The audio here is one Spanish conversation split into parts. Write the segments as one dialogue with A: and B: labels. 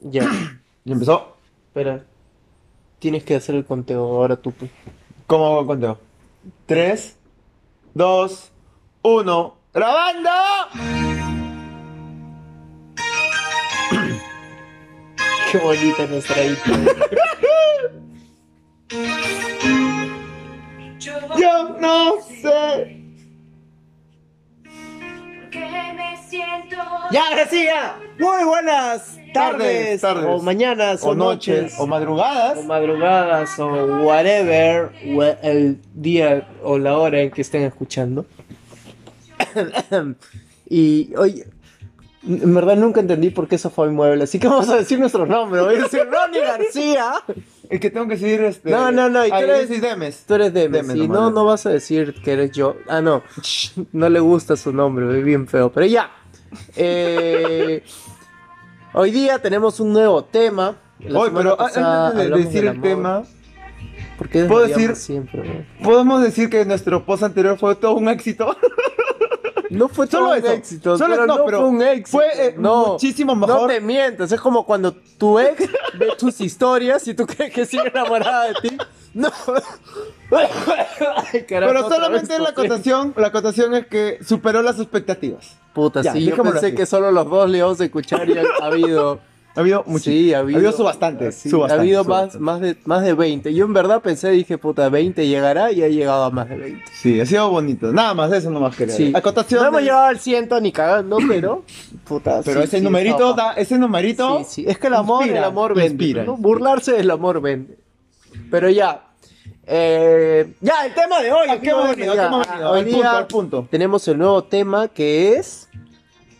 A: Ya,
B: Y empezó.
A: espera. Tienes que hacer el conteo ahora tú, pues.
B: ¿Cómo hago el conteo? 3, 2, 1. ¡Grabando!
A: Qué bonita nuestra intro. ¿eh?
B: Yo no sé.
A: Ya, ahora sí, ya. Muy buenas tardes,
B: Tardes, tardes.
A: o mañanas, o,
B: O noches,
A: noches,
B: o madrugadas.
A: o madrugadas, o whatever, wha- el día o la hora en que estén escuchando. y hoy, en verdad nunca entendí por qué eso fue inmueble, así que vamos a decir nuestros nombres. Voy a decir Ronnie García.
B: Es que tengo que seguir este.
A: No, no, no, y tú
B: Ay,
A: eres-
B: Alexis Demes.
A: Tú eres Demes,
B: Demes
A: y
B: nomás,
A: no,
B: Demes.
A: no vas a decir que eres yo. Ah, no. No le gusta su nombre, es bien feo. Pero ya. Eh, hoy día tenemos un nuevo tema. La
B: Oye,
A: semana
B: pero a-
A: pasada
B: antes de
A: hablamos
B: decir
A: del
B: el
A: amor.
B: tema,
A: ¿Por qué
B: ¿puedo
A: desviamos
B: decir-
A: siempre? bro?
B: podemos decir que nuestro post anterior fue todo un éxito.
A: No fue todo
B: Solo
A: un
B: eso.
A: éxito.
B: Solo-
A: pero
B: no,
A: no,
B: pero
A: fue un éxito.
B: fue, eh,
A: no,
B: muchísimo
A: No
B: mejor.
A: te mientas. Es como cuando tu ex ve tus historias y tú crees que sigue enamorada de ti. No. Ay, carajo,
B: Pero
A: otra
B: solamente
A: vez
B: la
A: toqué.
B: acotación, la acotación es que superó las expectativas.
A: Puta,
B: Ya,
A: sí, yo
B: dejémoslo
A: pensé
B: así.
A: que solo los dos le íbamos a escuchar y ha, ha habido.
B: Ha habido mucho.
A: sí, ha habido.
B: su bastante,
A: sí,
B: su bastante,
A: ha habido
B: su
A: más,
B: bastante.
A: Más, de, más de 20. Yo en verdad pensé, dije, puta, 20 llegará y ha llegado a más de 20.
B: Sí, ha sido bonito. Nada más, eso nomás quería.
A: Sí.
B: decir. Acotación.
A: No hemos
B: del-
A: llegado al ciento ni cagando, pero. Puta,
B: Pero
A: sí,
B: ese
A: sí,
B: numerito,
A: estaba-
B: da- ese numerito.
A: Sí, sí. Es que el amor,
B: inspira,
A: el amor vende.
B: inspira,
A: ¿no?
B: inspira.
A: Burlarse del amor vende. Pero ya. eh, ya, el tema de hoy.
B: ¿A qué hemos
A: finalmente,
B: venido? ¿A qué
A: ya,
B: hemos
A: ah,
B: venido?
A: hoy
B: Al punto,
A: día
B: al punto.
A: Tenemos el nuevo tema que es.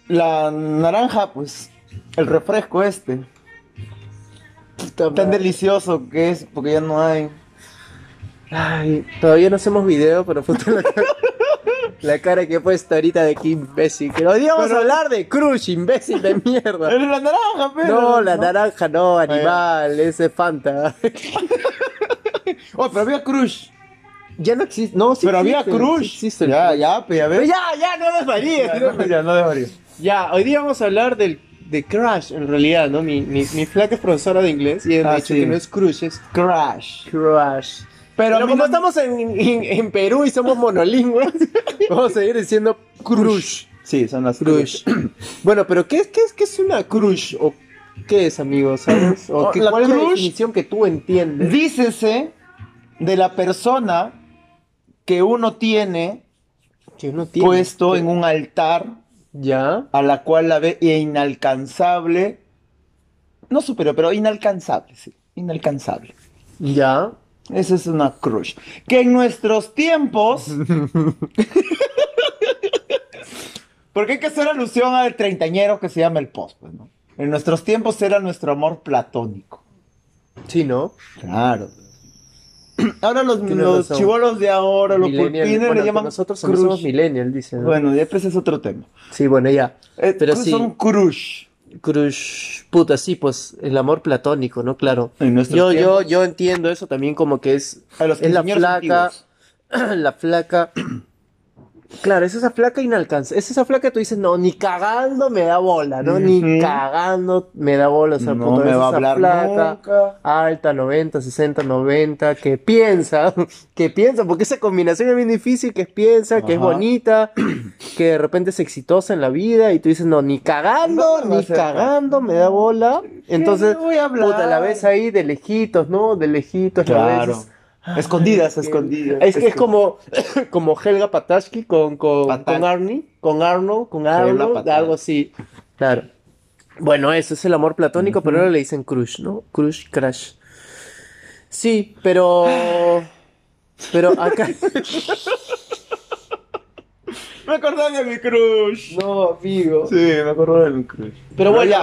B: La naranja, pues, el refresco este.
A: Puta
B: Tan
A: madre.
B: delicioso que es, porque ya no hay.
A: Ay, todavía no hacemos video, pero puta la cara, la cara que he puesto ahorita de que imbécil. Que hoy día vamos
B: Pero-
A: a hablar de Crush, imbécil de mierda.
B: Pero la naranja, pero.
A: No, la naranja, no,
B: ya.
A: animal, ese es Fanta.
B: Oh, pero había crush.
A: ya no existe, no, sí
B: pero había
A: existe, sí
B: crush.
A: existe el
B: ya,
A: Crush.
B: ya, pues ya
A: Pero
B: ves.
A: ya, ya, no desvaríes.
B: Ya,
A: no
B: no,
A: desvaríes.
B: ya, no dejaría.
A: Ya, hoy día vamos a hablar del, de Crush, en realidad, ¿no? Mi, mi, mi flaca es profesora de inglés y ella me ha
B: Ah,
A: dicho
B: sí.
A: que no es Crush, es
B: Crush.
A: Crush.
B: Pero
A: Pero,
B: a mí
A: como
B: no-
A: estamos en, en- en Perú y somos monolingües, vamos a seguir diciendo crush.
B: Sí, son las
A: Crush. bueno, pero ¿qué, es- qué, es- qué es una crush? ¿O qué es, amigo? ¿Sabes? ¿O qué-
B: La
A: cuál es la
B: crush-
A: definición que tú entiendes?
B: Dícese de la persona que uno tiene
A: Que uno tiene.
B: puesto en un altar
A: Ya.
B: a la cual la ve e inalcanzable. No superó, pero inalcanzable, sí. Inalcanzable.
A: Ya.
B: Esa es una crush. Que en nuestros tiempos. Porque hay que hacer alusión al treintañero que se llama el post, pues, ¿no? En nuestros tiempos era nuestro amor platónico.
A: Sí, ¿no?
B: Claro. Ahora los,
A: Tienes
B: los
A: razón.
B: chivolos de ahora, los
A: Millennial.
B: pulpines
A: Bueno,
B: le
A: que
B: llaman
A: nosotros
B: crush.
A: somos millennial, dice. ¿no?
B: Bueno, ya pues es otro tema.
A: Sí, bueno, ya.
B: Eh,
A: Pero
B: cru-
A: sí.
B: Son crush.
A: Crush, puta, sí, pues el amor platónico, ¿no? Claro.
B: En nuestros
A: Yo, yo,
B: tiempos.
A: yo entiendo eso también como que es,
B: A los
A: es la
B: quinceañeros
A: flaca,
B: antiguos.
A: la flaca. Claro, es esa flaca inalcanzable. Es esa flaca que tú dices, no, ni cagando me da bola, ¿no? Ni
B: Ujú.
A: cagando me da bola, o sea,
B: No
A: puta,
B: me
A: es
B: va a
A: esa
B: hablar
A: flaca
B: nunca.
A: alta, 90, 60, 90, que piensa, que piensa, porque esa combinación es bien difícil, que es piensa, que es
B: Ajá.
A: bonita, que de repente es exitosa en la vida y tú dices, no, ni
B: No,
A: cagando,
B: no va a
A: ni
B: ser,
A: cagando, me da bola. Entonces,
B: voy a hablar?
A: puta, la ves ahí de lejitos, ¿no? De lejitos, la
B: Claro.
A: ves.
B: "Ah, Escondidas,
A: Ay, qué-
B: escondidas.
A: Es que es como, como Helga Patashki con, con,
B: Pataki.
A: con Arnie, con Arno, con
B: Helga
A: Arno,
B: Pataki.
A: algo así. Claro. Bueno, eso es el amor platónico, pero ahora le dicen crush, ¿no? Crush, crash. Sí, pero. Pero acá.
B: Me acordé de mi crush.
A: No, amigo.
B: Sí, me acordé de mi crush.
A: Pero bueno,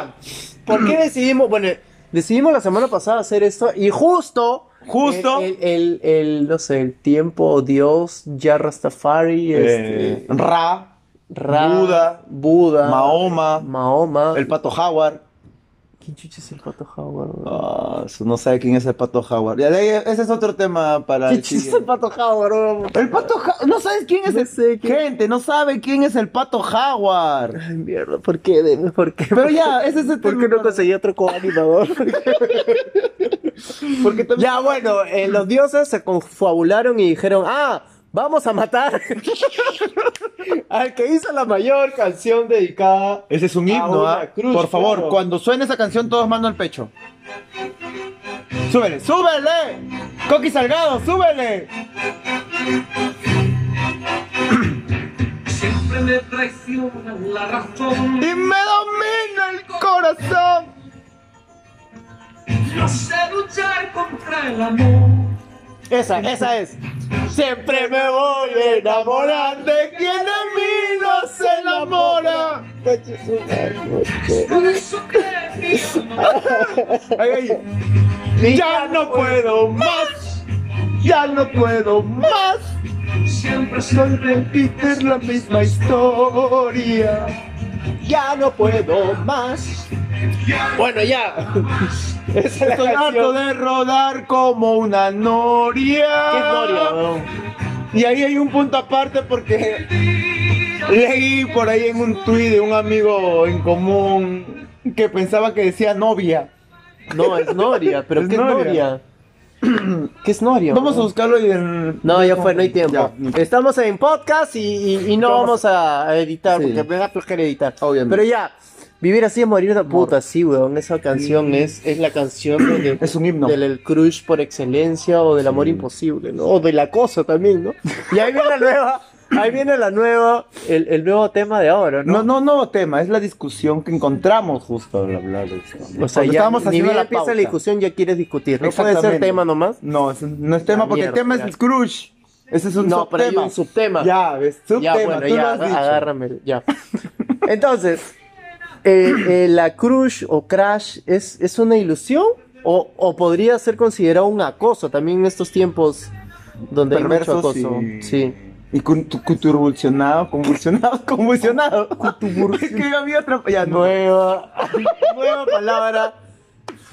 A: ¿por qué decidimos? Bueno, decidimos la semana pasada hacer esto y justo.
B: Justo.
A: El, el- el, no sé, el tiempo, Dios, ya Rastafari,
B: Eh,
A: este,
B: Ra,
A: Ra,
B: Buda,
A: Buda,
B: Mahoma,
A: Mahoma,
B: el pato Howard,
A: ¿Quién chucha es el pato Howard? bro?
B: Ah, eso no sabe quién es el pato Howard. Ya, de ahí, ese es otro tema para
A: ¿Quién
B: el
A: chucha es el
B: siguiente.
A: pato Howard? bro?
B: El pato Howard. No sabes quién es
A: No
B: el.
A: sé quién-
B: Gente, no sabe quién es el pato Howard.
A: Ay, mierda, ¿por qué? Deme, ¿Por qué?
B: Pero ya, ese es el
A: ¿Por
B: tema
A: qué no
B: para-
A: conseguí otro coanimador?
B: Porque también.
A: ya, bueno, eh, los dioses se confabularon y dijeron, ah, vamos a matar al que hizo la mayor canción dedicada.
B: Ese es un
A: A
B: himno,
A: una
B: ¿ah?
A: cruz,
B: Por favor,
A: claro.
B: cuando suene esa canción, todos mando al pecho. ¡Súbele, súbele! ¡Coqui Salgado, súbele!
C: Siempre me traiciona la razón.
B: ¡Y me domina el corazón!
C: No sé luchar contra el amor.
A: Esa, esa es.
B: Siempre me voy a enamorar de quien de mí no se enamora.
C: Por eso que mi amor
B: Ay, ay. Ya no puedo más. Ya no puedo más.
C: siempre se
B: Solo repetir la misma historia.
A: Ya no puedo más. Bueno, ya. Esa es la
B: Estoy harto
A: canción.
B: de rodar como una noria.
A: ¿Qué historia, weón?
B: Y ahí hay un punto aparte porque
C: olvida.
B: leí por ahí en un tuit de un amigo en común que pensaba que decía novia.
A: No, es Noria, pero
B: Es
A: ¿qué es Noria?
B: Noria.
A: ¿Qué es Noria?
B: Vamos a
A: weón?
B: buscarlo y en...
A: No, ya fue, no hay tiempo.
B: Ya.
A: Estamos en podcast y, y- y no vamos a, a editar,
B: Sí.
A: porque me da flojera editar.
B: Obviamente.
A: Pero ya, vivir así es morir una puta, sí, weón. Esa canción es, es la canción de- de-
B: Es un himno.
A: del el crush por excelencia o del amor imposible, ¿no? O de la cosa también, ¿no? Y ahí viene la nueva, ahí viene la nueva, el, el nuevo tema de ahora, ¿no?
B: No, no, no, tema, es la discusión que encontramos justo al hablar de esto.
A: O sea,
B: Cuando
A: ya
B: estábamos
A: ni
B: haciendo
A: bien
B: la
A: empieza
B: pauta.
A: la discusión ya quieres discutir. No puede ser
B: Exactamente.
A: tema nomás.
B: No, es- no es tema
A: La
B: porque el
A: mierda,
B: tema
A: ya.
B: es Scrooge. Ese es un
A: No, pero
B: subtema.
A: hay un subtema.
B: Ya, ves, subtema,
A: Ya, bueno,
B: tú
A: ya,
B: lo has
A: aga-
B: dicho.
A: agárrame, ya. Entonces, eh, eh, la crush o crash es, es una ilusión o, o podría ser considerado un acoso también en estos tiempos donde hay mucho
B: Perversos
A: acoso.
B: y...
A: Sí.
B: Y con- tu- conturbucionado, convulsionado, convulsionado. Es que había otra... Ya, no.
A: Nueva, nueva palabra.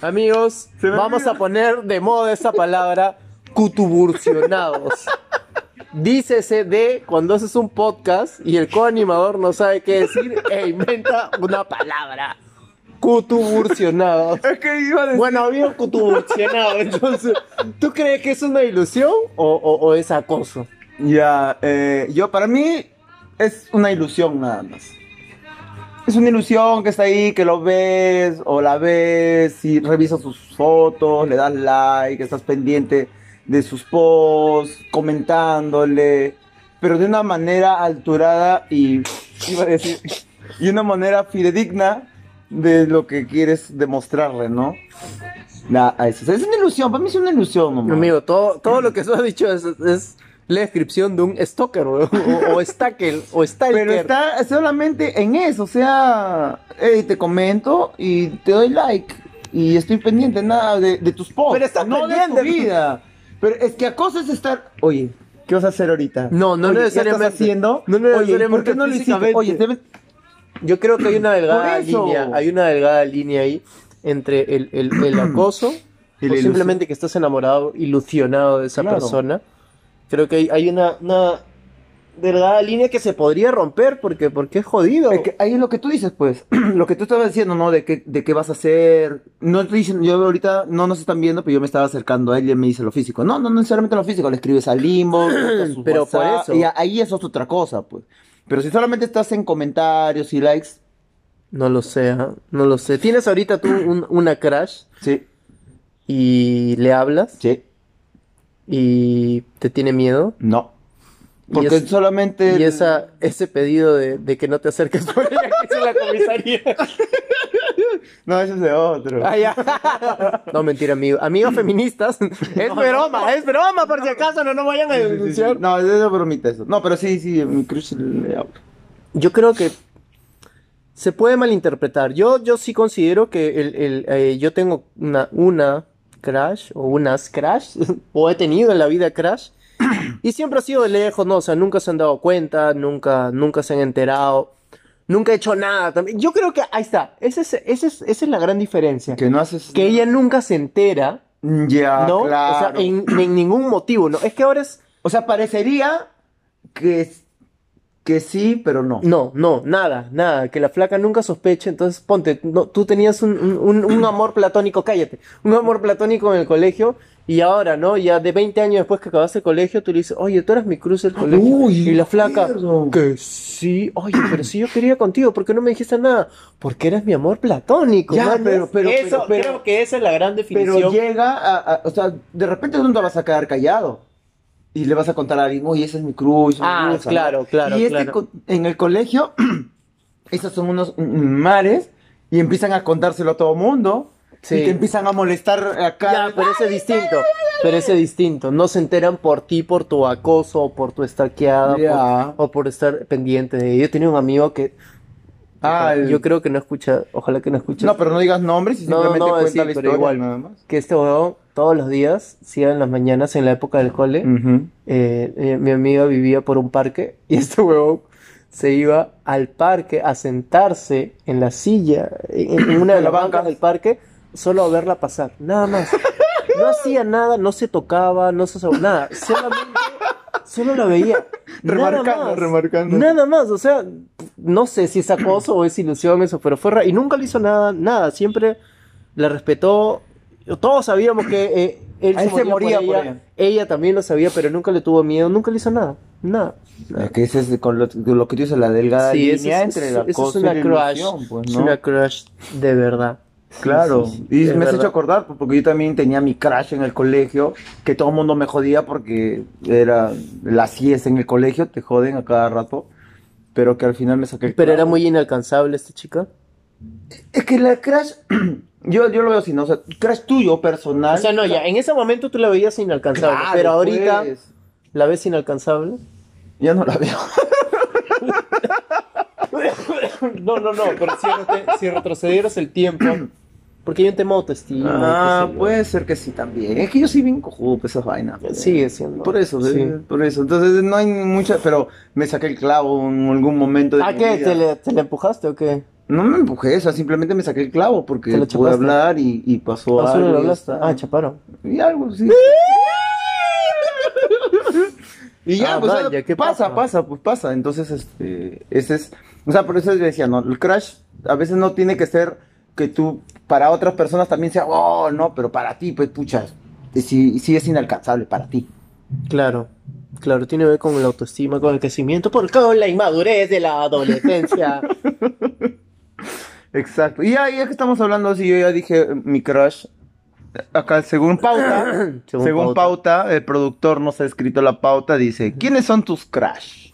A: Amigos,
B: Se me
A: vamos
B: olvidó.
A: a poner de moda esa palabra cutuburcionados. Dícese de cuando haces un podcast y el coanimador no sabe qué decir e inventa una palabra. Cutuburcionados.
B: Es que iba a decir...
A: Bueno, había un cutuburcionado, entonces, ¿tú crees que es una ilusión o, o- o es acoso?
B: Ya, eh, yo para mí es una ilusión nada más. Es una ilusión que está ahí, que lo ves o la ves y revisas sus fotos, le das like, estás pendiente de sus posts, comentándole, pero de una manera alturada y, iba a decir, y una manera fidedigna de lo que quieres demostrarle, ¿no? Na- a eso. Es una ilusión, para mí es una ilusión, nomás.
A: Amigo, todo, todo lo que tú has dicho es, es la descripción de un stalker, weón, o, o stalker, o stalker.
B: Pero está solamente en eso, o sea, hey, te comento y te doy like y estoy pendiente nada de, de tus posts,
A: Pero estás
B: no
A: pendiente.
B: de tu vida. Pero es que acoso es estar, oye, ¿qué vas a hacer ahorita?
A: No, no
B: Oye, ¿ya
A: necesariamente.
B: estás haciendo?
A: No
B: Oye, ¿por
A: necesariamente
B: qué no lo hiciste?
A: físicamente.
B: Oye, te-
A: Yo creo que hay una delgada
B: Por eso.
A: línea, hay una delgada línea ahí entre el, el- el acoso o
B: Y la ilusión.
A: simplemente que estás enamorado, ilusionado de esa
B: Claro.
A: persona. Creo que hay, hay una, una delgada línea que se podría romper porque, porque es jodido.
B: Es que ahí es lo que tú dices, pues. lo que tú estabas diciendo, ¿no? De qué, de qué vas a hacer. No estoy diciendo, yo ahorita no nos están viendo, pero yo me estaba acercando a él y él me dice lo físico. No, no necesariamente lo físico, le escribes al inbox, a su
A: Pero por
B: WhatsApp,
A: eso.
B: Y a- ahí eso es otra cosa, pues. Pero si solamente estás en comentarios y likes,
A: No lo sé, ¿ah? no lo sé. ¿Tienes ahorita tú un- una crash
B: sí,
A: y le hablas
B: sí,
A: y te tiene miedo?
B: no.
A: Y
B: Porque
A: es-
B: solamente.
A: Y esa, ese pedido de, de que no te acerques por ella que hizo la comisaría.
B: No, ese es de otro.
A: Ah, ya. No, mentira, amigo. Amigos feministas, es broma, es broma, por si acaso no nos vayan a
B: Sí, sí, sí, sí.
A: denunciar.
B: No, es de bromita eso. No, pero sí, sí, mi crush le hablo.
A: Yo creo que se puede malinterpretar. Yo, yo sí considero que el, el, eh, yo tengo una, una crash o unas crash, o he tenido en la vida crash, y siempre ha sido de lejos, ¿no? O sea, nunca se han dado cuenta, nunca, nunca se han enterado. Nunca he hecho nada también. Yo creo que ahí está. Ese es- ese es- esa es la gran diferencia.
B: Que no haces.
A: Que ella nunca se entera,
B: Ya,
A: ¿no?
B: claro.
A: O sea, en, en ningún motivo, ¿no? Es que ahora es.
B: parecería que, es- que sí, pero no.
A: No, no, nada, nada. Que la flaca nunca sospeche. Entonces, ponte, no, tú tenías un, un- un amor platónico, cállate. Un amor platónico en el colegio. Y ahora, ¿no? Ya de 20 años después que acabaste el colegio, tú le dices, oye, tú eras mi cruz del colegio.
B: Uy,
A: y la flaca,
B: mierda.
A: que sí, oye, pero si yo quería contigo, ¿por qué no me dijiste nada? Porque eras mi amor platónico.
B: Ya,
A: mañas.
B: pero- pero-
A: Eso,
B: pero- pero-
A: creo que esa es la gran definición.
B: Pero llega a, a- O sea, de repente tú no te vas a quedar callado. Y le vas a contar a alguien, oye, esa es mi cruz. mi
A: Ah,
B: cruz",
A: claro, claro,
B: Y este
A: claro.
B: co- en el colegio, esos son unos mares. Y empiezan a contárselo a todo mundo.
A: Sí.
B: Y te empiezan a molestar acá.
A: Ya, pero ese es distinto. Pero ese es distinto. No se enteran por ti, por tu acoso, o por tu estaqueada,
B: Ya.
A: por- o por estar pendiente de ello. Tenía un amigo que
B: Ah, el-
A: yo creo que no escucha, ojalá que no escuche,
B: No, pero no digas nombres y
A: No,
B: simplemente
A: no,
B: cuenta
A: sí,
B: la
A: pero
B: historia
A: igual.
B: nada más.
A: que este huevón todos los días, si era en las mañanas, en la época del cole,
B: Mm.
A: eh, eh, mi amiga vivía por un parque y este huevón se iba al parque a sentarse en la silla, en, en una de
B: En la
A: las bancas
B: banca.
A: del parque, solo a verla pasar, nada más. No hacía nada, no se tocaba, no se sab- nada, solamente solo la veía. Nada
B: Remarcando,
A: más.
B: remarcando.
A: Nada más, o sea, no sé si es acoso o es ilusión eso, pero fue ra- y nunca le hizo nada, nada, siempre la respetó. Todos sabíamos que eh, él
B: A él se moría por
A: ella.
B: ella.
A: Ella también lo sabía, pero nunca le tuvo miedo, nunca le hizo nada, nada.
B: Es que ese es con lo, con lo que tú dices, la delgada
A: Sí, eso
B: línea
A: es,
B: entre
A: eso
B: la
A: es
B: cosa
A: una
B: y la
A: crush,
B: ilusión, pues,
A: es
B: ¿no?
A: una crush de verdad. Sí,
B: Claro,
A: sí, sí,
B: y
A: es
B: me has
A: verdad.
B: hecho acordar, pues, porque yo también tenía mi crush en el colegio, que todo el mundo me jodía porque era la siesta en el colegio, te joden a cada rato, pero que al final me saqué el
A: Pero era
B: clavo.
A: muy inalcanzable esta chica.
B: Es que la crush, yo, yo lo veo así, ¿no? O sea, crush tuyo, personal.
A: O sea, no, ya, en ese momento tú la veías inalcanzable,
B: Claro,
A: pero ahorita
B: pues,
A: la ves inalcanzable.
B: ya no la veo.
A: No, no, no, pero si, rete- si retrocedieras el tiempo, porque hay un tema de autoestima.
B: Ah,
A: qué sé yo.
B: puede ser que sí también. Es que yo soy bien cojudo por esas vainas. pues.
A: Sigue siendo.
B: Por eso,
A: sí.
B: eh, por eso. Entonces no hay mucha, pero me saqué el clavo en algún momento de
A: ¿A
B: mi
A: Ah, qué?
B: vida.
A: ¿Te le, te le empujaste o qué?
B: No me empujé, o sea, simplemente me saqué el clavo porque
A: ¿Te lo
B: pude
A: chupaste?
B: hablar y, y pasó
A: Ah, solo
B: algo.
A: le
B: y ya
A: hablaste.
B: está.
A: Ah, ¿Eh? chaparon.
B: y algo, sí. y ya,
A: Ah,
B: pues,
A: vaya, ¿qué
B: pasa,
A: pasa?
B: pasa, pues pasa. Entonces, este, ese es, o sea, por eso yo decía, no, el crash a veces no tiene que ser que tú, para otras personas también sea, oh, no, pero para ti, pues, pucha, sí, sí es inalcanzable para ti.
A: Claro, claro, tiene que ver con la autoestima, con el crecimiento, por con la inmadurez de la adolescencia.
B: Exacto. Y ahí es que estamos hablando así, yo ya dije eh, mi crush. Acá, según pauta, según,
A: Según
B: pauta. el productor nos ha escrito la pauta, dice, ¿quiénes son tus crush?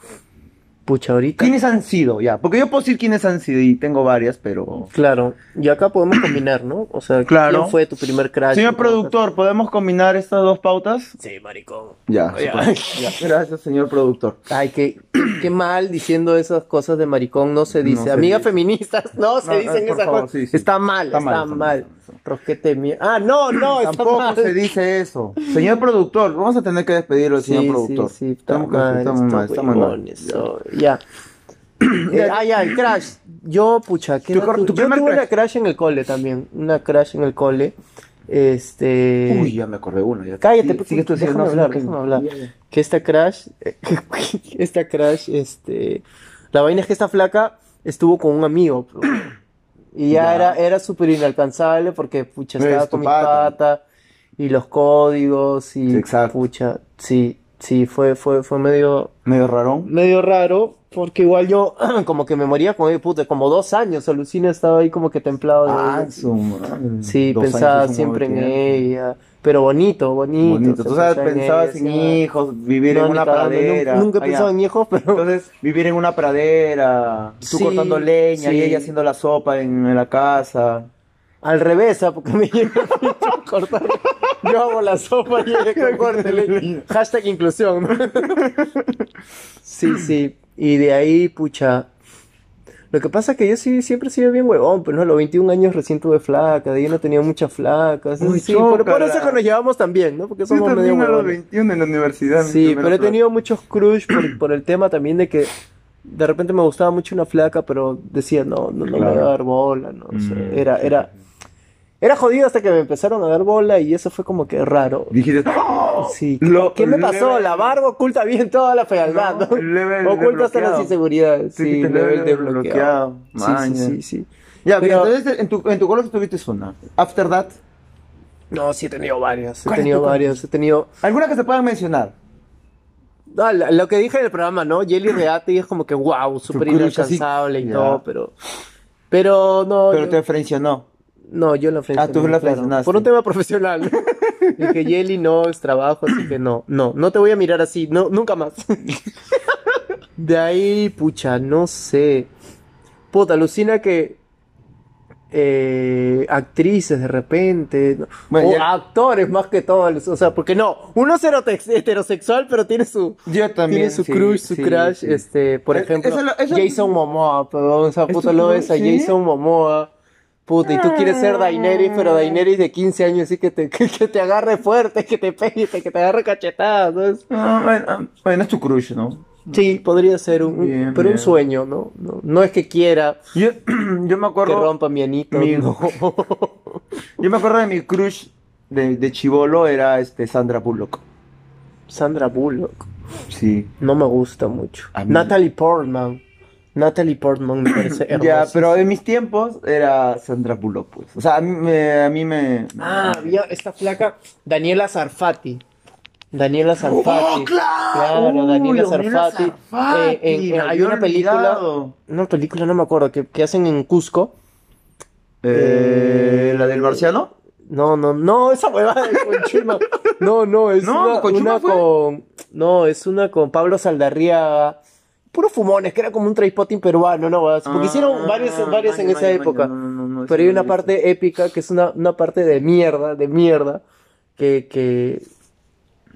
A: Pucha, ahorita.
B: ¿Quiénes han sido? Ya, porque yo puedo decir quiénes han sido y tengo varias, pero...
A: Claro, y acá podemos combinar, ¿no? O sea,
B: Claro.
A: ¿quién fue tu primer crash?
B: Señor productor, ¿podemos combinar estas dos pautas?
A: Sí, maricón.
B: Ya,
A: Oh, Ya.
B: ya. Gracias, señor productor.
A: Ay, qué, qué mal diciendo esas cosas de maricón, no se dice.
B: No se
A: Amigas
B: dice.
A: feministas, no se
B: No,
A: dicen
B: eh, por
A: esas
B: favor,
A: cosas.
B: sí, sí.
A: Está mal,
B: Está
A: está,
B: mal,
A: mal.
B: está mal,
A: Rosquete mía. Ah, no, no, está
B: Tampoco
A: mal.
B: se dice eso. Señor productor, vamos a tener que despedirlo al
A: Sí,
B: señor productor.
A: sí, sí, está
B: Estamos-
A: mal,
B: estamos
A: estos
B: mal, estamos mal.
A: huevones, so- Ya. Eh, ah, ya, el crash. Yo, pucha, ¿qué
B: Tu
A: era
B: cor- tu
A: Yo
B: primer
A: tuve una
B: crash.
A: crash en el cole también. Una crash en el cole. Este.
B: Uy, ya me acordé uno. Ya.
A: Cállate,
B: Sí,
A: pues,
B: sigue tú diciendo,
A: déjame
B: no,
A: hablar,
B: sí,
A: déjame
B: que-
A: hablar. Que esta crash, esta crash, este, la vaina es que esta flaca estuvo con un amigo. bro. Y ya,
B: Ya.
A: era, era súper inalcanzable porque, pucha,
B: Es
A: estaba
B: tu
A: con mi
B: pata.
A: pata y los códigos y,
B: Sí, exacto.
A: pucha, sí, sí, fue, fue, fue medio,
B: Medio rarón.
A: medio raro porque igual yo como que me moría con él, puta, como dos años, alucina, estaba ahí como que templado de
B: Ah,
A: ella.
B: su madre.
A: Sí,
B: Dos años
A: pensaba
B: es un
A: siempre en
B: huevo de tiempo.
A: ella, pero bonito, bonito.
B: Bonito.
A: o sea,
B: Tú sabes,
A: pensaba en
B: pensabas
A: ella,
B: en
A: decía,
B: hijos, vivir
A: no,
B: en
A: ni
B: una
A: cagando, nun-
B: pradera.
A: Nunca he
B: Ah, ya.
A: pensado en hijos, pero
B: Entonces, vivir en una pradera, tú
A: Sí,
B: cortando leña y
A: sí.
B: ella haciendo la sopa en, en la casa.
A: al revés, ¿ah? porque me llega el pincho a cortar. Yo hago la sopa y ella que corte leña. Hashtag inclusión. ¿no? Sí, sí. Y de ahí, pucha. Lo que pasa es que yo sí, siempre he sido bien huevón, pero no, a los 21 años recién tuve flaca, de ahí no tenía muchas flacas.
B: Uy,
A: sí, por, por
B: chócala.
A: eso que nos llevamos también, ¿no? Porque somos medio huevones.
B: 21 en la universidad.
A: Sí, pero he tenido muchos crush por, por el tema también de que de repente me gustaba mucho una flaca, pero decía, no, no, no me
B: Claro.
A: va a dar bola, no sé.
D: Mm,
A: Era,
D: sí,
A: era, era jodido hasta que me empezaron a dar bola y eso fue como que raro.
B: Dijiste, ¡Oh!
A: Sí,
B: Lo-
A: ¿qué me
B: le-
A: pasó? La barba oculta bien toda la fealdad,
B: No,
A: ¿no?
B: level
A: Oculta hasta las
B: desbloqueado.
A: inseguridades.
B: Sí,
A: Sí,
B: dijiste,
A: level
B: level
A: desbloqueado.
B: desbloqueado.
A: Sí, sí,
B: Maña.
A: sí, sí.
B: Ya, bien,
A: Pero-
B: entonces en tu, en tu colegio tuviste una. After that,
A: No, sí he tenido varias, he
B: ¿Cuál es
A: tenido
B: tu-
A: varias, he tenido...
B: alguna que se puedan mencionar.
A: Ah, la- lo que dije en el programa, ¿no? Jelly Reate y es como que wow, súper
B: crush así.
A: inalcanzable y
B: Ya.
A: todo, pero... Pero no,
B: Pero
A: yo-
B: te frencionó.
A: no, yo la frencioné,
B: tú
A: claro,
B: la frencionaste.
A: por un tema profesional. Dije, Jelly no, es trabajo, así que no, no, no te voy a mirar así, no, nunca más. De ahí, pucha, no sé. Puta, alucina que eh, actrices de repente, ¿no?
B: Bueno,
A: o
B: ya-
A: actores más que todo, o sea, porque no, uno es heterotex- heterosexual, pero tiene su,
B: Yo también.
A: tiene su
B: sí,
A: crush, su
B: sí,
A: crush,
B: sí.
A: este, por
B: Eh,
A: ejemplo,
B: eso lo- eso-
A: Jason Momoa, perdón, o sea,
B: ¿Es
A: puta,
B: tu
A: lo
B: crush?
A: ves a
B: ¿Sí?
A: Jason Momoa, puta, y tú quieres ser Daenerys, pero Daenerys de 15 años, así que te, que, que te agarre fuerte, que te pegue, que te agarre cachetadas, ¿no? Es-
B: Ah, bueno, ah, bueno, es tu crush, ¿no?
A: Sí, podría ser un, un-
B: Bien,
A: pero un
B: bien.
A: sueño, ¿no? No, no es que quiera
B: Yo, yo me
A: que
B: acuerdo.
A: rompa mi anito,
B: Mi-
A: no.
B: Yo me acuerdo de mi crush de, de chivolo era este Sandra Bullock.
A: Sandra Bullock,
B: Sí.
A: no me gusta mucho.
B: A mí-
A: Natalie Portman, Natalie Portman me parece
B: Ya,
A: hermosa.
B: pero en mis tiempos era Sandra Bullock, pues. O sea, a mí me. A mí me
A: Ah, había esta flaca, Daniela Sarfati.
B: ¡Oh,
A: Daniela Sarfati. claro! Daniela Sarfati. Eh, en- en- hay una película, una película, no me acuerdo, que, que hacen en Cusco.
B: Eh, ¿La del marciano?
A: No, no, no, esa huevada de Conchuma. No, no, es
B: No,
A: una,
B: ¿Conchuma
A: una
B: fue?
A: con. No, es una con Pablo Saldarriaga. Puro fumones, que era como un trainspotting peruano, ¿no? huevadas? Porque hicieron
B: Ah,
A: varias, varias en
B: maña,
A: esa
B: maña,
A: época.
B: maña, no, no, no, no,
A: Pero
B: esa
A: hay
B: no
A: una
B: la
A: parte épica que es una, una parte de mierda, de mierda, que, que,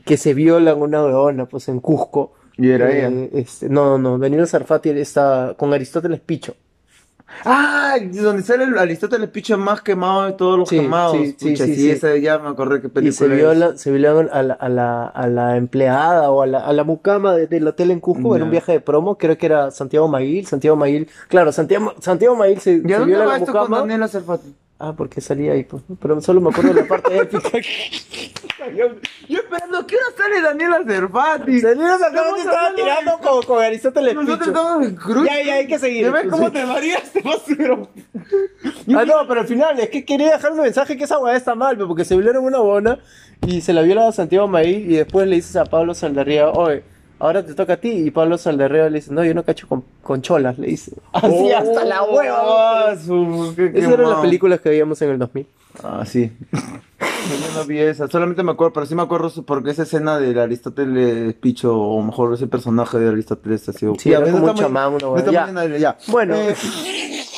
A: que se violan una huevona, pues en Cusco.
B: he visto. Y era
A: Eh,
B: ella.
A: este, no, no, Daniel Sarfati está con Aristóteles Picho.
B: Ah, donde sale el Aristóteles Picha más quemado de todos los
A: Sí,
B: quemados.
A: sí, sí,
B: Pucha,
A: sí,
B: sí,
A: sí.
B: esa ya me acordé qué película
A: Y se
B: es.
A: violan, se violan a la, a la, a la empleada o a la, a la mucama de- del hotel en Cusco en
B: Ya.
A: un viaje de promo, creo que era Santiago Maguil, Santiago Maguil, claro, Santiago, Santiago Maguil se,
B: ¿Y a
A: se
B: dónde
A: viola a
B: va
A: la
B: esto con
A: mucama.
B: Daniela Sarfati?
A: Ah, porque salía ahí, pues, ¿no? pero solo me acuerdo de la parte épica.
B: Yo esperando, ¿qué hora sale Daniela Servati?
A: Daniel Sarfati
B: Estamos
A: estaba
B: hablando de-
A: tirando con, con Aristóteles
B: Nosotros
A: Picho.
B: estamos en cruz.
A: Ya, ya, hay que seguir. pues,
B: ¿Ya ves cómo te mareas? Te vas a
A: Ah, no, pero al final, es que quería dejar un mensaje que esa weá está mal, pe, porque se violaron una bona y se la viola a Santiago Maí y después le dices a Pablo Saldarriaga, oye, ahora te toca a ti. Y Pablo Saldarriaga le dice, no, yo no cacho con, con cholas, le dice. Así hasta la hueva.
B: Ah, su- qué- qué
A: Esas eran las
B: mal.
A: películas que veíamos en el 2000.
B: Ah, sí. Yo no vi esa. Solamente me acuerdo, pero sí me acuerdo su- porque esa escena del Aristóteles Picho, o mejor ese personaje de Aristóteles ha sido.
A: Sí, era como un chamán, una hueva. Ya. Bueno.
B: Bueno. Eh,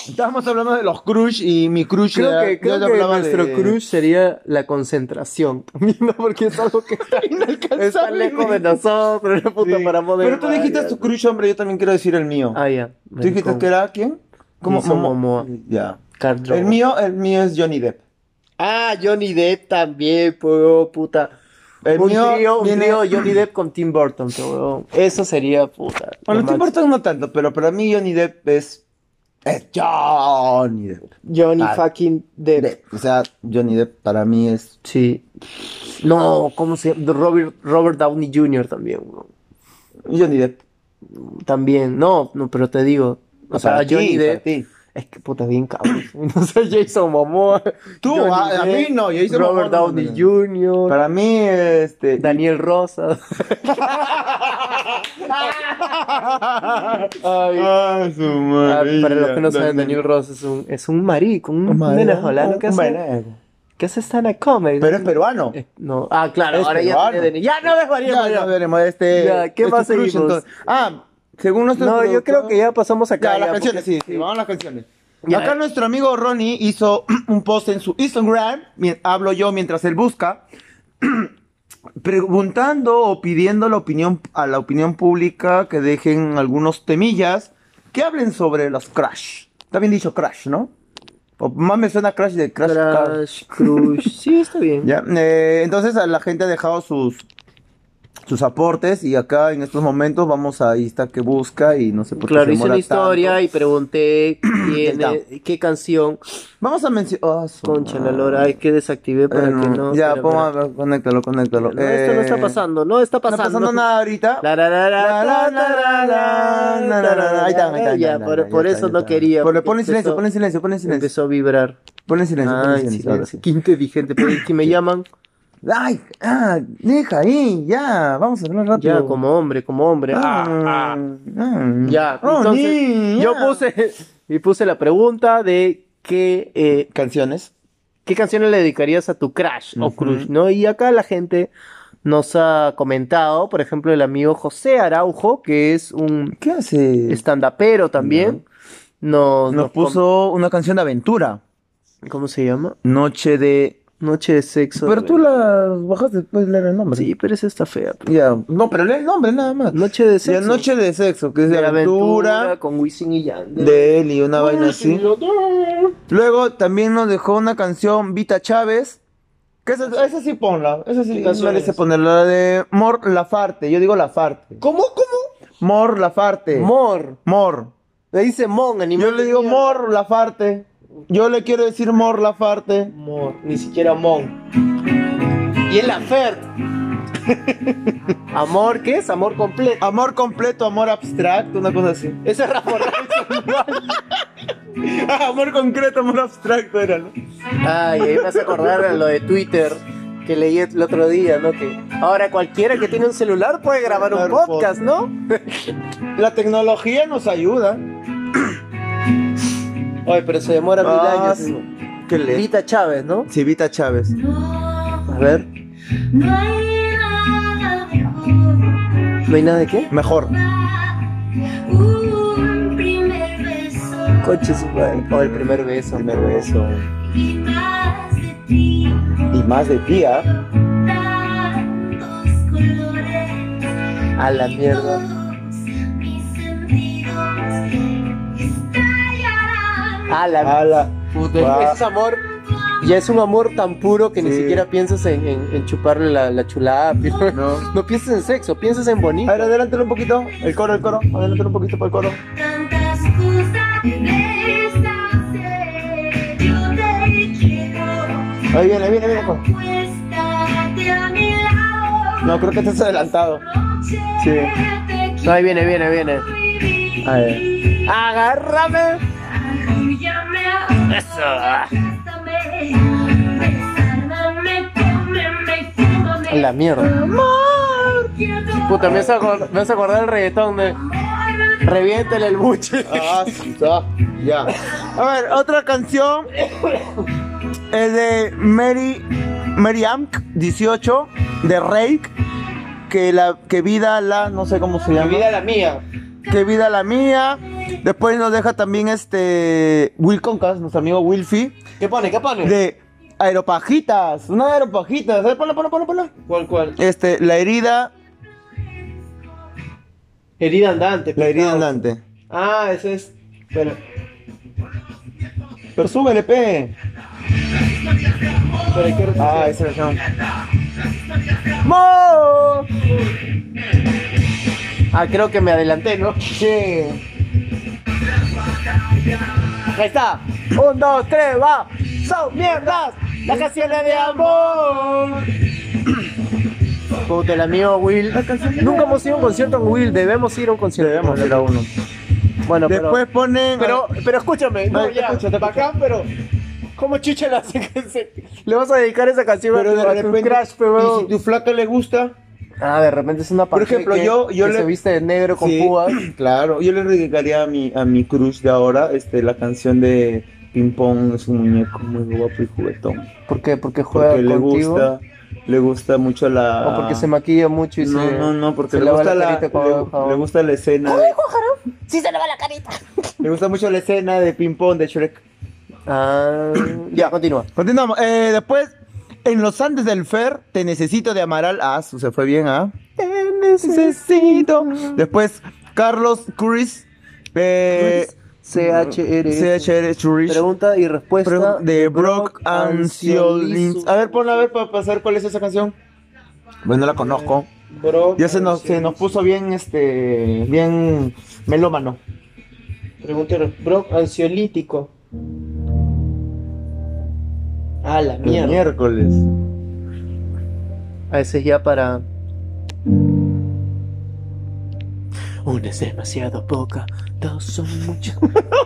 B: estábamos hablando de los crush y mi crush
A: Creo
B: era-
A: que,
B: yo
A: creo
B: te
A: que
B: hablaba
A: nuestro
B: de-
A: crush sería la concentración también, ¿no? Porque es algo que está inalcanzable. Está lejos de nosotros, la puta
B: Sí.
A: para poder.
B: Pero tú dijiste tu crush, hombre, yo también quiero decir el mío.
A: Ah, ya.
B: ¿Tú dijiste que era quién?
A: Jason
B: Momo-
A: Momoa.
B: Ya. El mío, el mío es Johnny Depp.
A: Ah, Johnny Depp también, pues, oh, puta.
B: El
A: un
B: mío
A: trío, un
B: viene-
A: trío Johnny Depp con Tim Burton, pues, weón. Eso sería, puta.
B: Bueno,
A: lo
B: Tim
A: máximo.
B: Burton no tanto, pero para mí Johnny Depp es. Es Johnny Depp.
A: Johnny
B: Ah,
A: fucking Depp.
B: Depp. O sea, Johnny Depp para mí es.
A: Sí. No, ¿cómo se llama? Robert, Robert Downey Jr. también, weón.
B: Johnny Depp.
A: También, no, no, pero te digo. O sea,
B: Para ti,
A: Johnny
B: para
A: Depp.
B: ti.
A: Es que puta, bien cabrón. No sé, Jason Momoa.
B: Tú, ah,
A: Johnny
B: a- a mí
A: Depp,
B: no, Jason
A: Robert
B: Momoa no,
A: Downey
B: no, no.
A: Jr.
B: Para mí, este.
A: Daniel Rosa. Ay,
B: Ah, su
A: Ah,
B: madre.
A: para los que no saben, Daniel Ross es un, es un marico, un, un venezolano que hace, que hace stand-up comedy.
B: Pero es peruano.
A: Eh, no. Ah, claro,
B: Es
A: ahora ya
B: peruano.
A: tiene Denis. Ya no ves María
B: Ya,
A: María.
B: ya veremos este.
A: Ya, ¿qué
B: este
A: más
B: crush,
A: seguimos?
B: entonces. Ah, según nuestro
A: No, yo creo que ya pasamos acá.
B: Ya, las
A: porque-
B: canciones, sí, sí, vamos a las canciones.
A: Ya,
B: Acá
A: eh.
B: nuestro amigo Ronnie hizo un post en su Instagram, mien- hablo yo mientras él busca, preguntando o pidiendo la opinión, a la opinión pública que dejen algunos temillas que hablen sobre los crash. Está bien dicho crash, ¿no? O más me suena crash de crash. car.
A: Crash, Crush. Sí, está bien.
B: Ya, eh, entonces a la gente ha dejado sus sus aportes y acá en estos momentos vamos a Insta que busca y no sé por qué
A: Claro,
B: se
A: hice una
B: demora tanto.
A: historia y pregunté quién
B: Ahí
A: es- qué canción.
B: Vamos a oh, mencionar...
A: Concha, la lora, hay que desactivé para que no.
B: Eh, ya,
A: espera,
B: ponga-
A: espera.
B: conéctalo, conéctalo.
A: No, esto no está
B: Eh,
A: pasando, no está pasando.
B: No pasando nada ahorita.
A: La, la, la, la,
B: La, la, la, la, la, la, la, la, la. Ahí está, ahí está, ahí
A: Ya,
B: está,
A: por-
B: ya está,
A: por
B: ya
A: eso
B: está.
A: no quería,
B: Por-
A: porque
B: Ponle silencio,
A: empezó-
B: ponle silencio, ponle silencio.
A: Empezó a vibrar.
B: Ponle silencio, ponle
A: Ay,
B: silencio. ahora sí.
A: silencio. Qué inteligente, pero es que me llaman.
B: Ay, ah, deja ahí, ya. Vamos a hablar rápido.
A: Ya, como hombre, como hombre.
B: Ah,
A: Ah, ah.
B: ah.
A: Ya,
B: Oh,
A: entonces
B: ni,
A: yo
B: ya.
A: puse y puse la pregunta de qué, eh,
B: Canciones.
A: qué canciones le dedicarías a tu crush o
B: Ujú.
A: crush, ¿no? Y acá la gente nos ha comentado, por ejemplo, el amigo José Araujo, que es un
B: ¿Qué hace?
A: estandapero también. Nos,
B: Nos puso una canción de aventura.
A: com- ¿Cómo se llama?
B: Noche de.
A: Noche de sexo.
B: Pero tú la bajaste después de leer el nombre.
A: Sí, pero esa está fea. pe.
B: Ya. No, pero lee el nombre nada más.
A: Noche de
B: De
A: sexo.
B: noche de sexo, que es de,
A: de
B: aventura,
A: aventura con Wisin y Yandel.
B: de él y una vaina así. Luego también nos dejó una canción Vita Chávez. Que esa, esa sí ponla. Esa sí
A: ¿Qué canción
B: merece
A: es?
B: ponerla. La de Mor Lafarte. Yo digo Lafarte.
A: ¿Cómo, cómo?
B: Mor Lafarte.
A: Mor.
B: Mor.
A: Le dice Mon, animal.
B: Yo le
A: de
B: digo
A: mierda.
B: Mor Lafarte. Yo le quiero decir Mor Lafarte.
A: Mor, ni siquiera Mon. Y es la Fer. ¿Amor qué es? Amor completo.
B: Amor completo, amor abstracto, una cosa así.
A: Ese es Rafa Ransom.
B: amor concreto, amor abstracto era, ¿no?
A: Ay, ahí me hace acordar a lo de Twitter que leí el otro día, ¿no? Que ahora cualquiera que tiene un celular puede grabar un
B: Claro,
A: podcast, ¿no?
B: La tecnología nos ayuda.
A: Ay, pero se demora mil
B: Ah,
A: años.
B: sí. Qué le.
A: Vita Chávez, ¿no?
B: Sí, Vita Chávez.
C: No,
A: A ver,
C: no hay nada mejor.
A: ¿no hay nada de qué?
B: Mejor.
C: Un primer beso.
A: Coche su madre. O el primer beso.
B: Primer beso.
C: Y más de ti.
B: Y más de tía.
C: Tantos colores.
A: A la mierda.
C: Todos mis sentidos estallarán.
A: A la mierda.
B: Ala.
A: Ese es amor. Ya es un amor tan puro que ni
B: Sí.
A: siquiera piensas en, en- en chuparle la, la chulada. pi-
B: No.
A: No piensas en sexo, piensas en
B: A
A: bonito.
B: ver, adelántalo un poquito. El coro, el coro. Adelántalo un poquito para el coro.
C: Tantas cosas deshacer. Yo te quiero.
B: Ahí viene, viene, viene. coro.
C: Acuéstate a mi lado.
B: No, creo que este estás adelantado.
C: Noche
B: Sí.
C: te
A: No, ahí viene, viene, viene.
C: quiero
B: A ver.
C: vivir.
A: Agárrame.
C: Arrúllame ahora. Abrázame. Desármame, cómeme y fúmame.
A: A la mierda.
C: Amor, quiero.
A: Puta, me vas a acordar, me hace acordar el reggaetón de
C: Amor,
A: reviéntale el buche.
B: Ah, sí, ya. Ya. A ver, otra canción. Es de Mary. Mary Amk, 18. De Rake. Que la. Que vida la. No sé cómo se llama.
A: la mía.
B: Qué vida la mía. Después nos deja también este Will Concas, nuestro amigo Wilfie,
A: ¿Qué pone? ¿Qué pone?
B: de Aeropajitas, una de Aeropajitas. A ver, ponla, ponla, ponla, ponla.
A: ¿Cuál, cuál?
B: Este, la herida,
A: Herida andante.
B: la herida andante.
A: Ah, ese es. Bueno.
B: Pero súbele, pe.
A: Pero hay que
B: Ah, esa canción. ¡Mo!
A: Ah, creo que me adelanté, ¿no?
B: Sí.
A: Ahí está. Un, dos, tres, va. Son mierdas. Las canciones de amor. Puta, el amigo Will. Nunca hemos ido a un concierto con Will. Debemos ir a un concierto.
B: Debemos ir a uno.
A: Bueno,
B: Después ponen.
A: pero. Pero, pero escúchame.
B: No,
A: No,
B: te
A: ya.
B: escucho, te escucho.
A: bacán, pero. ¿Cómo chicha la hace que se- Le vas a dedicar esa canción
B: pero
A: a tu,
B: de
A: a tu
B: repente.
A: crush, pe,
B: y
A: weón?
B: si tu flaca le gusta.
A: Ah, de repente es una
B: Por
A: pareja
B: ejemplo,
A: que,
B: yo- yo
A: que
B: le-
A: se viste de negro con
B: Sí,
A: púas.
B: Claro, yo le dedicaría a mi, a mi crush de ahora este, la canción de Ping Pong, es un muñeco muy guapo y juguetón.
A: ¿Por qué? Porque juega
B: Porque le
A: contigo.
B: gusta, le gusta mucho la...
A: O porque se maquilla mucho y se.
B: No, no, no, porque
A: se
B: le
A: lava
B: gusta
A: la
B: la,
A: carita con
B: le-
A: agua, jabón.
B: le gusta la escena, de-
D: Sí se le va la carita.
B: le gusta mucho la escena de Ping Pong de Shrek.
A: Ah, ya, continúa.
B: Continuamos, eh, después, en los Andes del Fer, Te Necesito de Amaral, ah, su- se fue bien, ah. Te necesito. Después, Carlos Cruz, eh,
A: CHR.
B: CHR Churrish.
A: Pregunta y respuesta
B: Pre- de Brock Ansiolins. A ver, ponla a ver para pasar cuál es esa canción. Bueno, Pues no la conozco.
E: Bro,
B: Ya se nos, se nos puso bien, este, bien melómano.
E: Preguntaron, bro, ansiolítico. Ah, la
B: El
E: mierda.
B: miércoles.
A: A veces ya para. Una es demasiado poca, dos son muchas.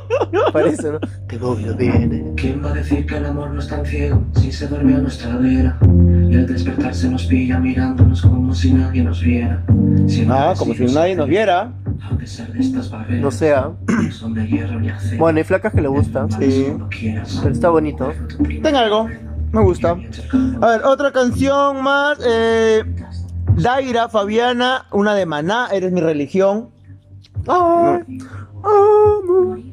A: Parece, ¿no? Te voy a bien.
F: ¿Quién va a decir que el amor no es tan ciego si se duerme a nuestra vera? Y al despertarse nos pilla mirándonos como si nadie nos viera. Siempre
B: Ah, como si
F: sigo
B: nadie nos
F: siempre,
B: viera.
F: A pesar de estas barreras,
A: No sea.
F: no son de hierro ni acero.
A: Bueno, hay flacas que le gustan,
B: sí.
F: Cuando quieras,
A: pero está bonito.
B: Tengo algo. Me gusta. A ver, otra canción más. Eh, Daira, Fabiana, una de Maná, eres mi religión. Ay, amo.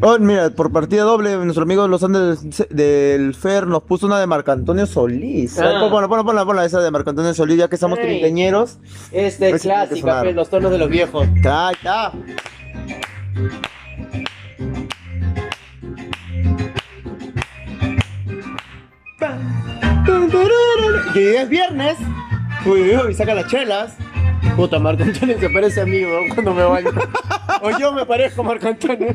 B: Oh, mira, por partida doble, nuestro amigo de los Andes del Fer nos puso una de Marco Antonio Solís.
E: Ah.
B: Ponla, ponla, ponla, ponla, esa de Marco Antonio Solís, ya que estamos
E: Ey.
B: treintañeros.
E: Este
B: Ese
E: es
B: tiene que
E: clásica,
B: sonar.
E: pe, los tonos de los viejos.
B: Ya, ya. Que es viernes. Uy, uy, uy, saca las chelas.
A: Puta, Marco Antonio se parece a mí, weón, cuando me baño. O yo me parezco a Marco Antonio.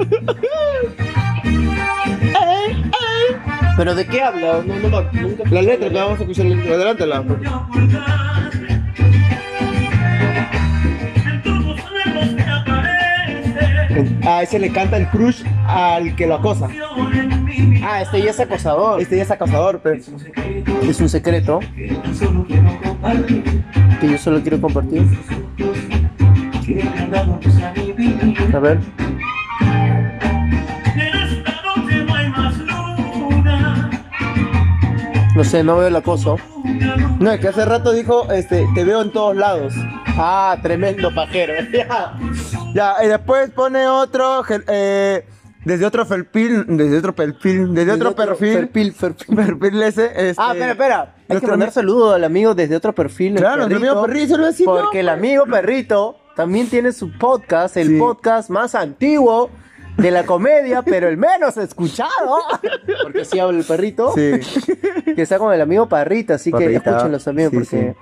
A: Pero de qué habla? No, no, no, nunca-
B: La letra que vamos a escuchar, la letra. adelántala.
A: Ah.
B: A Ah, ese le canta el crush al que lo acosa.
A: Ah, este ya es acosador.
B: Este ya es acosador, pero.
A: Es un secreto que yo solo quiero compartir. A ver. No sé, no veo el acoso.
B: No, es que hace rato dijo, este, te veo en todos lados.
A: Ah, tremendo pajero.
B: Ya, y después pone otro, gel- eh, desde otro perfil, desde otro perfil, desde, otro, perfil, perfil,
A: Perfil, perfil.
B: ese, este,
A: Ah, espera, espera. Hay que
B: nuestro
A: mandar
B: ami-
A: saludos al amigo desde otro perfil. el
B: Claro, nuestro amigo perrito, se lo decía,
A: Porque el amigo perrito también tiene su podcast, el
B: pues. Sí.
A: podcast más antiguo de la comedia, pero el menos escuchado. Porque sí habla el perrito.
B: Sí,
A: Que está con el amigo Parrita, así que
B: Parrita,
A: escúchenlos también
B: sí,
A: porque,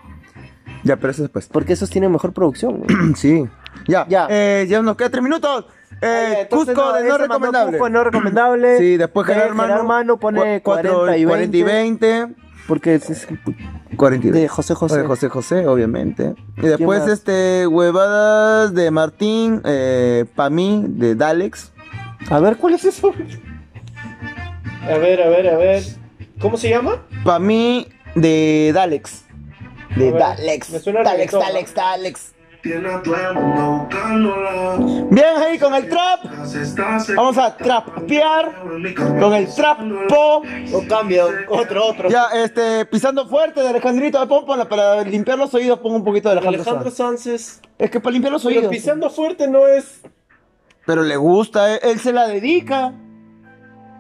B: ya, pero eso después.
A: porque esos tienen mejor producción. güey.
B: sí, ya,
A: Ya.
B: ya, ya nos queda tres minutos. Eh,
A: Oye, entonces,
B: Cusco de no
A: ese mandó
B: recomendable.
A: Cusco de no recomendable.
B: Sí, después
A: Eh,
B: Gerardo Mano,
A: Mano pone
B: cua- cuatro-
A: 40 y 20.
B: 40 y 20.
A: Porque es, es
B: 40 y
A: de José José.
B: Oye, José José, obviamente.
E: Pues,
B: Y después,
A: más?
B: este, huevadas de Martín, eh, pa' mí, de Dalex.
A: A ver, ¿cuál es eso?
E: A ver, a ver, a ver. ¿Cómo se llama?
B: Pa' mí, de Dalex.
E: A
B: De
E: ver,
B: Dalex.
E: Me suena
B: Dalex,
E: reggaetón,
B: Dalex,
E: ¿no?
B: Dalex.
G: Tiene a todo el mundo buscándola.
B: Bien ahí con el trap.
G: Las estás
B: Vamos a trapear con el trapo.
E: O cambio, otro, otro.
B: Ya, este, pisando fuerte de Alejandrito. Ah, pon, ponla, para limpiar los oídos, pongo un poquito de Alejandro.
E: Alejandro Sánchez.
B: Sanz. Es que para limpiar los
E: Pero
B: oídos.
E: pisando fuerte no es.
B: Pero le gusta, eh, él, se la dedica.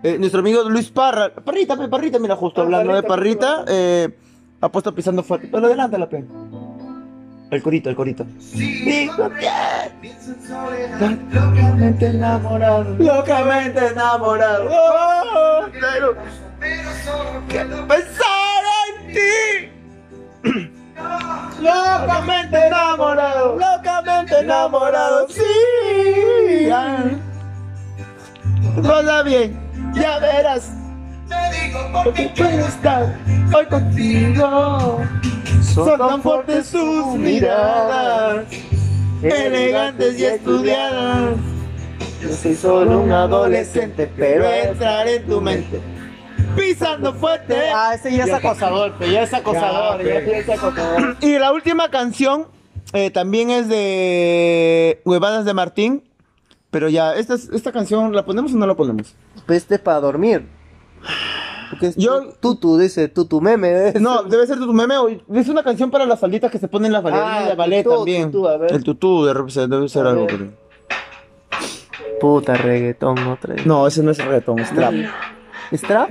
B: Eh, nuestro amigo Luis Parra, Parrita, pe, Parrita, mira, justo
E: Ah,
B: hablando de
E: Parrita,
B: Parrita, eh, ha puesto pisando fuerte. Pero adelante la pe. El corito, el corito.
G: Locamente enamorado.
B: Locamente enamorado. Oh. pero pensar en ti. Locamente enamorado. Locamente enamorado. Sí. Hola bien, ya verás. Porque quiero estar hoy contigo. Son tan fuertes sus miradas, elegantes y estudiadas.
A: Yo soy solo
B: Un adolescente, pero entrar en tu mente. Pisando fuerte.
A: Ah, ese ya es acosador, pero ya es acosador. Ya,
B: Ya,
A: ya es acosador.
B: Y la última canción eh, también es de Huevadas de Martín. Pero ya, esta, es- esta canción, ¿la ponemos o no la ponemos?
A: Pues este es para dormir. Porque es
B: Yo-
A: tutu, dice, tutu meme. ¿eh?
B: No, debe ser tu meme. o- Es una canción para las falditas que se ponen las bailarinas
A: Ah,
B: de ballet
A: el tutú,
B: también.
A: tutú, a ver.
B: El tutú de repente debe ser
A: A
B: algo.
A: ver.
B: pero-
A: Puta reggaetón, otra vez.
B: No, ese no es reggaetón, es trap.
A: ¿Es trap?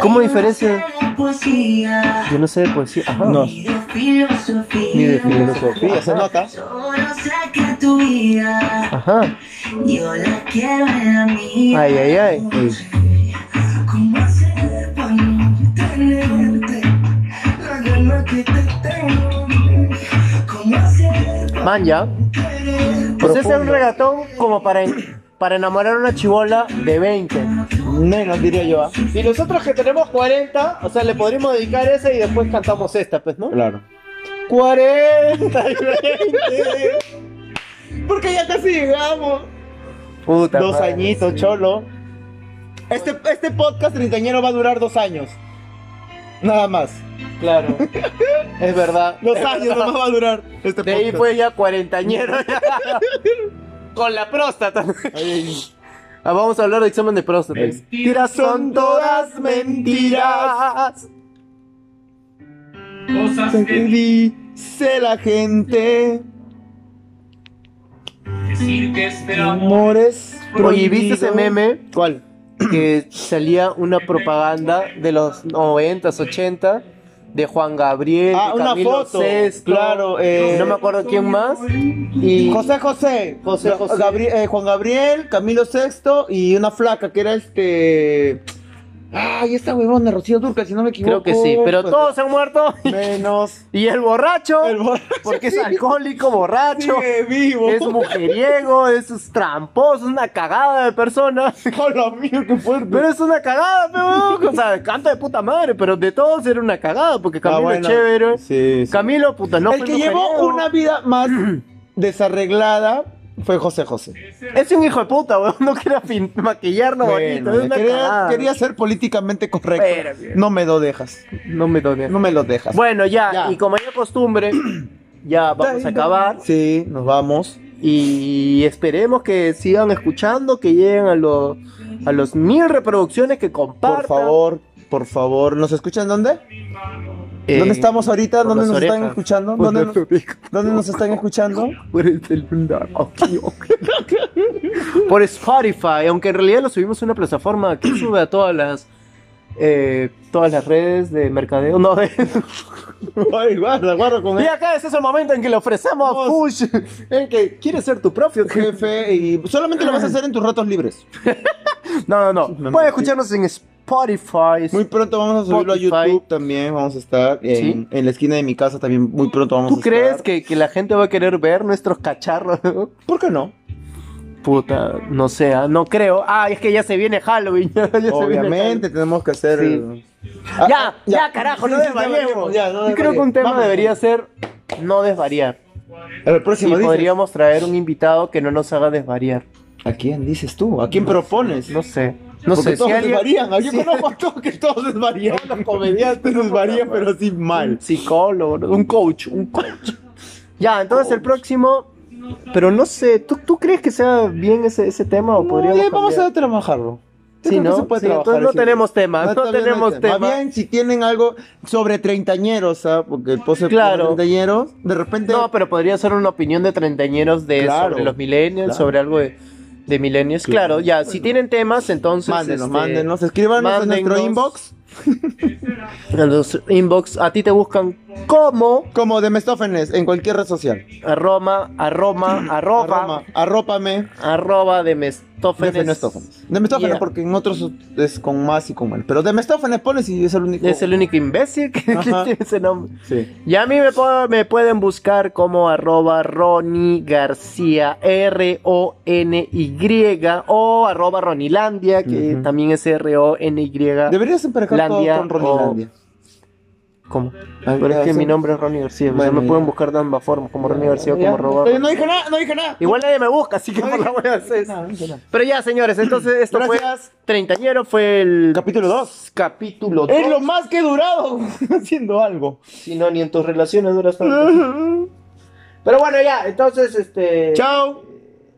A: ¿Cómo diferencia?
C: Poesía,
A: Yo no sé de poesía. Ajá.
B: No,
C: ni de filosofía.
B: ni de filosofía, se nota.
C: Solo saca tu vida.
A: Ajá.
C: Yo la quiero en la mía.
A: Ay, ay, ay.
B: Pues,
C: ¿Cómo hacer para no tenerte? La gana
G: ahora que te tengo, ¿cómo hacer para
A: Man, ya.
G: quererte?
A: Pues ese es un regatón como para, en- para enamorar a una chibola de 20.
B: Menos diría yo, ¿ah?
A: Y nosotros que tenemos 40, o sea, le podríamos dedicar esa y después cantamos esta, pues, ¿no?
B: Claro.
A: 40 y 20.
B: Porque ya casi llegamos.
A: Puta.
B: Dos
A: madre,
B: añitos,
A: sí.
B: cholo. Este, este podcast treintañero va a durar dos años. Nada más.
A: Claro. Es verdad.
B: Dos años nomás va a durar este
A: De ahí
B: podcast.
A: fue ya cuarentañero. Con la próstata. Ah, vamos a hablar de examen de próstata. Mentiras son todas mentiras.
H: Cosas
B: Lo que
H: que
B: dice la gente.
H: decir que esperamos.
B: Amores.
A: Oye, ¿viste ese
B: prohibidos.
A: meme?
B: ¿Cuál?
A: que salía una propaganda de los 90s, 80 de Juan Gabriel,
B: Ah,
A: de
B: una
A: Camilo
B: foto.
A: Sesto,
B: Claro, eh,
A: no me acuerdo quién más y
B: José José.
A: José
B: Ga-
A: José.
B: Gabri- eh, Juan Gabriel, Camilo VI y una flaca que era este. Ay, esta huevona, Rocío Durca, si no me
A: creo
B: equivoco.
A: que sí, pero
B: Pues,
A: todos se han muerto
B: Menos.
A: y el borracho,
B: El borracho
A: porque es
B: sigue-
A: alcohólico, borracho,
B: Sigue vivo. Ah,
A: es mujeriego, es tramposo, es una cagada de persona.
B: Hola, mío, qué fuerte.
A: Pero es una cagada, pe, huevón. o sea, canta de puta madre, pero de todos era una cagada, porque
B: Ah,
A: Camilo
B: bueno.
A: es chévere.
B: Sí, sí.
A: Camilo, puta, no
B: el
A: fue
B: que llevó
A: mujeriego.
B: una vida más desarreglada fue José José.
A: Es un hijo de puta, weón. No quería fin- maquillarlo bonito.
B: Bueno,
A: es una
B: quería,
A: cagada.
B: quería ser políticamente correcto.
A: Pero, bien.
B: no me lo dejas.
A: No me doné.
B: No me lo dejas.
A: Bueno, ya,
B: Ya.
A: Y como ya costumbre, ya vamos a acabar.
B: Sí, nos vamos.
A: Y esperemos que sigan escuchando, que lleguen a los, a los mil reproducciones, que compartan.
B: Por favor, por favor. ¿Nos escuchan dónde?
A: Eh,
B: ¿Dónde estamos ahorita?
A: por
B: ¿Dónde
A: las
B: nos están
A: orejas.
B: escuchando?
A: Por
B: ¿Dónde
A: las
B: nos, dónde nos están escuchando?
A: Por el celular. Ok, ok. Por Spotify, aunque en realidad lo subimos a una plataforma que sube a todas las eh, todas las redes de mercadeo. No, de,
B: Ay, guarda, guarda con
A: Y acá ese es el momento en que le ofrecemos a Fush, en que quiere ser tu propio jefe.
B: Jefe, y solamente lo vas a hacer en tus ratos libres.
A: No, no, no.
B: Me
A: Puedes
B: metí.
A: escucharnos en Spotify.
B: Muy pronto vamos a subirlo a
A: Spotify.
B: YouTube también. Vamos a estar en,
A: Sí.
B: en la esquina de mi casa también. Muy pronto vamos
A: ¿Tú
B: a estar.
A: crees que, que la gente va a querer ver nuestros cacharros?
B: ¿Por qué no?
A: Puta, no sé, ah, no creo. Ah, es que ya se viene Halloween. ya se viene
B: Obviamente tenemos que hacer.
A: Sí.
B: Ah,
A: Halloween. Ya,
B: ah,
A: ya, carajo, no
B: Sí, sí,
A: desvariemos.
B: ya, no
A: Yo creo que un
B: desvariemos.
A: tema
B: Vamos.
A: debería ser no desvariar.
B: El
A: Y
B: próximo dices.
A: podríamos traer un invitado que no nos haga desvariar.
B: ¿A quién dices tú? ¿A quién propones?
A: No sé. No
B: Porque
A: sé,
B: todos
A: si alguien-
B: desvarían. Yo
A: si-
B: conozco a todos que todos desvarían. Los comediantes desvarían, pero así mal.
A: Un psicólogo, ¿no? un coach, un coach. Ya, entonces el próximo. Pero no sé, ¿tú, tú crees que sea bien ese, ese tema o podríamos
B: No, ya vamos
A: cambiar?
B: a trabajarlo.
A: Sí,
B: Yo creo que
A: ¿no?
B: se puede
A: Sí,
B: trabajar
A: entonces no
B: ese-
A: tenemos tema, no
B: todavía
A: tenemos
B: hay
A: tema.
B: Más bien, si tienen algo sobre treintañeros, ¿ah? porque el pose
A: Claro.
B: sobre treintañeros, de repente...
A: No, pero podría ser una opinión de treintañeros de
B: Claro,
A: sobre los millennials,
B: claro.
A: sobre algo de, de millennials. Claro, ya, si tienen temas, entonces.
B: Mándenos,
A: este,
B: mándenos, escríbanos en nuestro
A: mándennos.
B: inbox
A: En los inbox, a ti te buscan como
B: como de Mestófenes en cualquier red social.
A: arroba, arroba, arroba,
B: Arroba- Arrópame
A: arroba de
B: de
A: Mestófenes.
B: Mestófenes. De Mestófenes
A: Yeah.
B: porque en otros es con más y con menos. Pero de Mestófenes pones y es el único.
A: Es el único imbécil que que
B: Ajá.
A: tiene ese nombre.
B: Sí.
A: Y a mí me, po- me pueden buscar como arroba Ronnie García, R-O-N-Y, o arroba Ronilandia, que
B: Ujú.
A: también es R-O-N-Y.
B: Deberías emparejar
A: Landia
B: todo con Ronilandia.
A: ¿Cómo?
B: Ay,
A: Pero es
B: ya,
A: que
B: sí.
A: mi nombre es Ronnie García, o sea,
B: Bueno,
A: me
B: ya.
A: pueden buscar de ambas formas, como Ronnie García o
B: Ya,
A: como arroba.
B: Eh, No dije nada, no dije nada.
A: Igual nadie me busca, así que por la buena es-
B: No, no dije nada.
A: Pero ya, señores, entonces esto
B: Gracias.
A: fue Treintañero, fue el
B: Capítulo 2.
A: capítulo
B: Es lo
A: dos.
B: más que he durado haciendo algo.
A: Si no, ni en tus relaciones duras tanto. Pero bueno, ya, entonces, este...
B: Chao.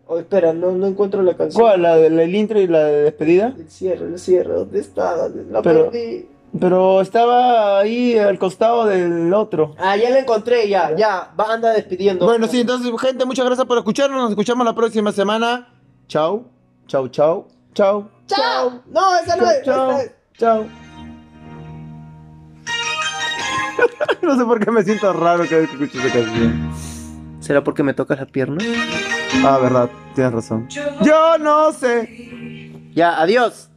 A: Oh, espera, no, no encuentro la canción.
B: ¿Cuál? ¿La del el intro y la de despedida?
A: El cierre, el cierre, ¿dónde estaba? La
B: Pero-
A: perdí.
B: Pero estaba ahí al costado del otro.
A: Ah, ya la encontré, ya, ya. Va, anda despidiendo.
B: Bueno, sí, entonces, gente, muchas gracias por escucharnos. Nos escuchamos la próxima semana. Chao. Chao, chao. Chao.
A: ¡Chao! No, esa no
B: Chao.
A: es.
B: Chao.
A: esa es-
B: Chao. No sé por qué me siento raro cada vez que escucho esa canción.
A: ¿Será porque me tocas la pierna?
B: Ah, verdad, tienes razón. Yo no sé.
A: Ya, adiós.